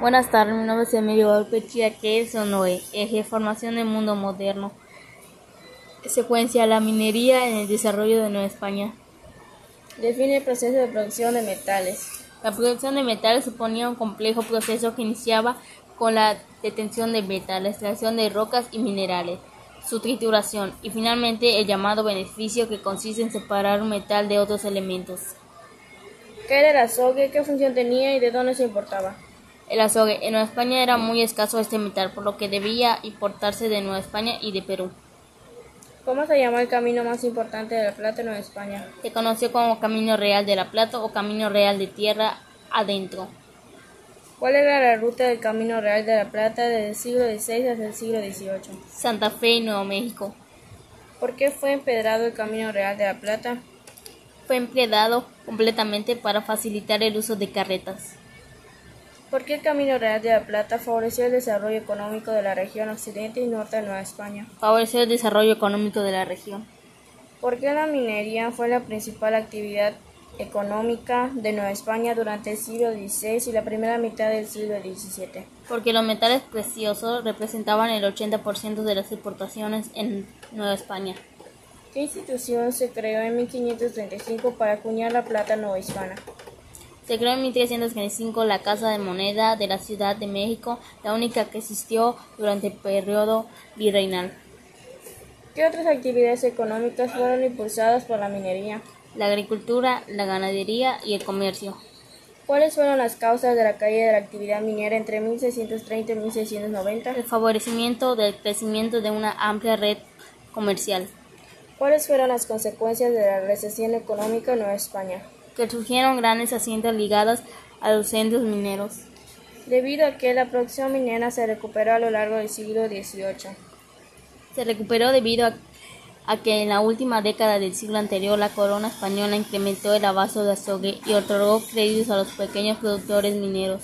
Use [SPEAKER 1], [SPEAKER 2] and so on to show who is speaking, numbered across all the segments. [SPEAKER 1] Buenas tardes, mi nombre es Emilio Golpechía, que es Sonoe, eh, eje formación del mundo moderno. Secuencia la minería en el desarrollo de Nueva España.
[SPEAKER 2] Define el proceso de producción de metales.
[SPEAKER 1] La producción de metales suponía un complejo proceso que iniciaba con la detención de beta, la extracción de rocas y minerales, su trituración y finalmente el llamado beneficio que consiste en separar un metal de otros elementos.
[SPEAKER 2] ¿Qué era el azogue? ¿Qué función tenía y de dónde se importaba?
[SPEAKER 1] El azogue en Nueva España era muy escaso este metal, por lo que debía importarse de Nueva España y de Perú.
[SPEAKER 2] ¿Cómo se llamó el camino más importante de la Plata en Nueva España?
[SPEAKER 1] Se conoció como Camino Real de la Plata o Camino Real de Tierra Adentro.
[SPEAKER 2] ¿Cuál era la ruta del Camino Real de la Plata desde el siglo XVI hasta el siglo XVIII?
[SPEAKER 1] Santa Fe y Nuevo México.
[SPEAKER 2] ¿Por qué fue empedrado el Camino Real de la Plata?
[SPEAKER 1] Fue empedrado completamente para facilitar el uso de carretas.
[SPEAKER 2] ¿Por qué el Camino Real de la Plata favoreció el desarrollo económico de la región occidente y norte de Nueva España?
[SPEAKER 1] Favoreció el desarrollo económico de la región.
[SPEAKER 2] ¿Por qué la minería fue la principal actividad económica de Nueva España durante el siglo XVI y la primera mitad del siglo XVII?
[SPEAKER 1] Porque los metales preciosos representaban el 80% de las exportaciones en Nueva España.
[SPEAKER 2] ¿Qué institución se creó en 1535 para acuñar la plata nueva hispana?
[SPEAKER 1] Se creó en 1335 la Casa de Moneda de la Ciudad de México, la única que existió durante el periodo virreinal.
[SPEAKER 2] ¿Qué otras actividades económicas fueron impulsadas por la minería?
[SPEAKER 1] La agricultura, la ganadería y el comercio.
[SPEAKER 2] ¿Cuáles fueron las causas de la caída de la actividad minera entre 1630 y 1690?
[SPEAKER 1] El favorecimiento del crecimiento de una amplia red comercial.
[SPEAKER 2] ¿Cuáles fueron las consecuencias de la recesión económica en Nueva España?
[SPEAKER 1] que surgieron grandes haciendas ligadas a los centros mineros.
[SPEAKER 2] Debido a que la producción minera se recuperó a lo largo del siglo XVIII.
[SPEAKER 1] Se recuperó debido a, a, que en la última década del siglo anterior la corona española incrementó el abasto de azogue y otorgó créditos a los pequeños productores mineros.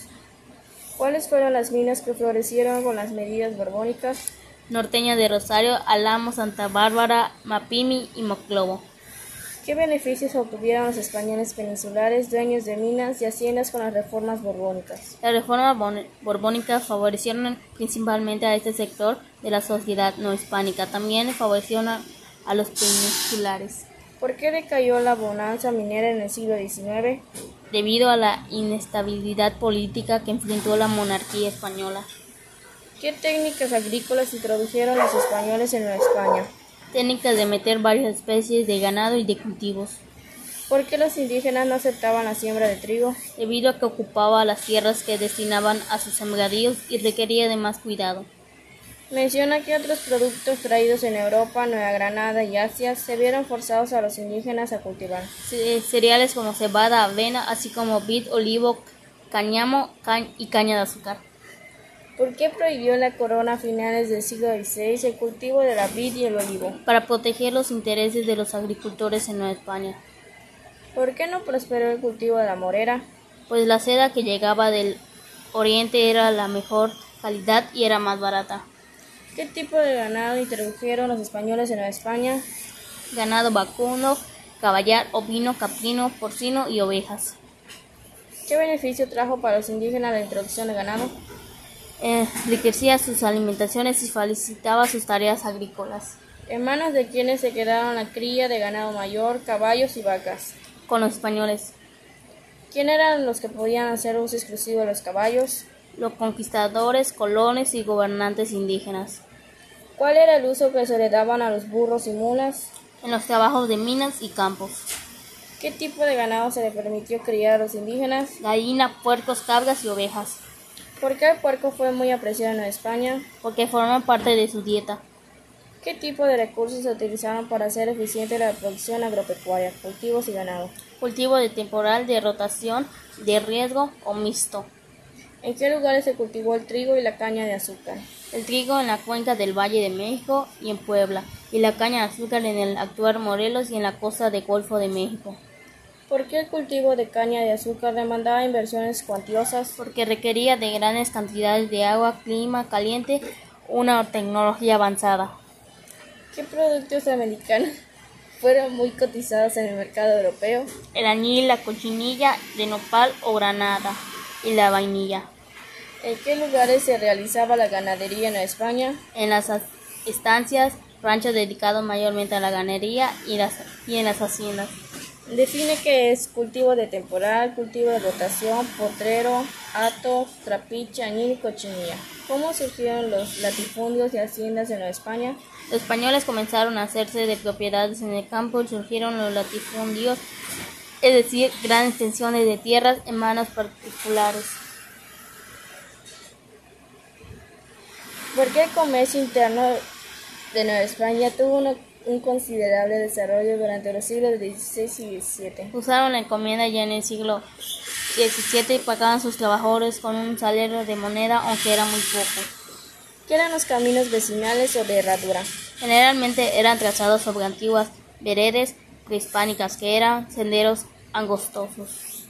[SPEAKER 2] ¿Cuáles fueron las minas que florecieron con las medidas borbónicas?
[SPEAKER 1] Norteña de Rosario, Alamo, Santa Bárbara, Mapimi y Moclobo.
[SPEAKER 2] ¿Qué beneficios obtuvieron los españoles peninsulares, dueños de minas y haciendas con las reformas borbónicas?
[SPEAKER 1] Las reformas borbónicas favorecieron principalmente a este sector de la sociedad no hispánica, también favorecieron a, los peninsulares.
[SPEAKER 2] ¿Por qué decayó la bonanza minera en el siglo XIX?
[SPEAKER 1] Debido a la inestabilidad política que enfrentó la monarquía española.
[SPEAKER 2] ¿Qué técnicas agrícolas introdujeron los españoles en Nueva España?
[SPEAKER 1] técnicas de meter varias especies de ganado y de cultivos.
[SPEAKER 2] ¿Por qué los indígenas no aceptaban la siembra de trigo?
[SPEAKER 1] Debido a que ocupaba las tierras que destinaban a sus sembradíos y requería de más cuidado.
[SPEAKER 2] Menciona que otros productos traídos en Europa, Nueva Granada y Asia se vieron forzados a los indígenas a cultivar.
[SPEAKER 1] Cereales como cebada, avena, así como vid, olivo, cañamo ca y caña de azúcar.
[SPEAKER 2] ¿Por qué prohibió la corona a finales del siglo XVI el cultivo de la vid y el olivo?
[SPEAKER 1] Para proteger los intereses de los agricultores en Nueva España.
[SPEAKER 2] ¿Por qué no prosperó el cultivo de la morera?
[SPEAKER 1] Pues la seda que llegaba del oriente era la mejor calidad y era más barata.
[SPEAKER 2] ¿Qué tipo de ganado introdujeron los españoles en Nueva España?
[SPEAKER 1] Ganado vacuno, caballar, ovino, caprino, porcino y ovejas.
[SPEAKER 2] ¿Qué beneficio trajo para los indígenas la introducción de ganado?
[SPEAKER 1] Eh, enriquecía sus alimentaciones y facilitaba sus tareas agrícolas.
[SPEAKER 2] En manos de quienes se quedaron la cría de ganado mayor, caballos y vacas.
[SPEAKER 1] Con los españoles.
[SPEAKER 2] ¿Quién eran los que podían hacer uso exclusivo de los caballos?
[SPEAKER 1] Los conquistadores, colones y gobernantes indígenas.
[SPEAKER 2] ¿Cuál era el uso que se le daban a los burros y mulas?
[SPEAKER 1] En los trabajos de minas y campos.
[SPEAKER 2] ¿Qué tipo de ganado se le permitió criar a los indígenas?
[SPEAKER 1] Gallina, puercos, cabras y ovejas.
[SPEAKER 2] ¿Por qué el puerco fue muy apreciado en España?
[SPEAKER 1] Porque forma parte de su dieta.
[SPEAKER 2] ¿Qué tipo de recursos se utilizaron para hacer eficiente la producción agropecuaria, cultivos y ganado?
[SPEAKER 1] Cultivo de temporal, de rotación, de riesgo o mixto.
[SPEAKER 2] ¿En qué lugares se cultivó el trigo y la caña de azúcar?
[SPEAKER 1] El trigo en la cuenca del Valle de México y en Puebla, y la caña de azúcar en el actual Morelos y en la costa del Golfo de México.
[SPEAKER 2] ¿Por qué el cultivo de caña de azúcar demandaba inversiones cuantiosas?
[SPEAKER 1] Porque requería de grandes cantidades de agua, clima caliente, una tecnología avanzada.
[SPEAKER 2] ¿Qué productos americanos fueron muy cotizados en el mercado europeo?
[SPEAKER 1] El añil, la cochinilla de nopal o granada y la vainilla.
[SPEAKER 2] ¿En qué lugares se realizaba la ganadería en España?
[SPEAKER 1] En las as- estancias, ranchos dedicados mayormente a la ganadería y, las, y en las haciendas.
[SPEAKER 2] Define qué es cultivo de temporal, cultivo de rotación, potrero, hato, trapiche, añil y cochinilla. ¿Cómo surgieron los latifundios y haciendas en España?
[SPEAKER 1] Los españoles comenzaron a hacerse de propiedades en el campo y surgieron los latifundios, es decir, grandes extensiones de tierras en manos particulares.
[SPEAKER 2] ¿Por qué el comercio interno de Nueva España tuvo una- un considerable desarrollo durante los siglos XVI y XVII?
[SPEAKER 1] Usaron la encomienda ya en el siglo XVII y pagaban sus trabajadores con un salario de moneda, aunque era muy poco.
[SPEAKER 2] ¿Qué eran los caminos vecinales o de herradura?
[SPEAKER 1] Generalmente eran trazados sobre antiguas veredas prehispánicas que eran senderos angostosos.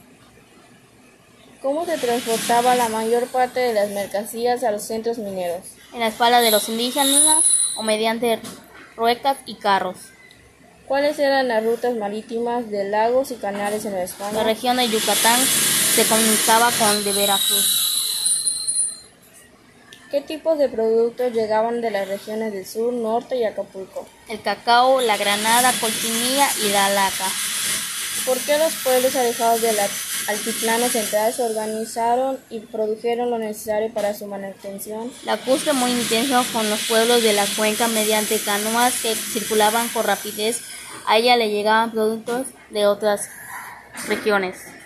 [SPEAKER 2] ¿Cómo se transportaba la mayor parte de las mercancías a los centros mineros?
[SPEAKER 1] en la espalda de los indígenas o mediante ruecas y carros.
[SPEAKER 2] ¿Cuáles eran las rutas marítimas de lagos y canales en Nueva
[SPEAKER 1] La
[SPEAKER 2] España?
[SPEAKER 1] región de Yucatán se comunicaba con de Veracruz.
[SPEAKER 2] ¿Qué tipos de productos llegaban de las regiones del sur, norte y Acapulco?
[SPEAKER 1] El cacao, la granada, cochinilla y la laca.
[SPEAKER 2] ¿Por qué los pueblos alejados del al- altiplano central se organizaron y produjeron lo necesario para su manutención?
[SPEAKER 1] La custre muy intensa con los pueblos de la cuenca mediante canoas que circulaban con rapidez. A ella le llegaban productos de otras regiones.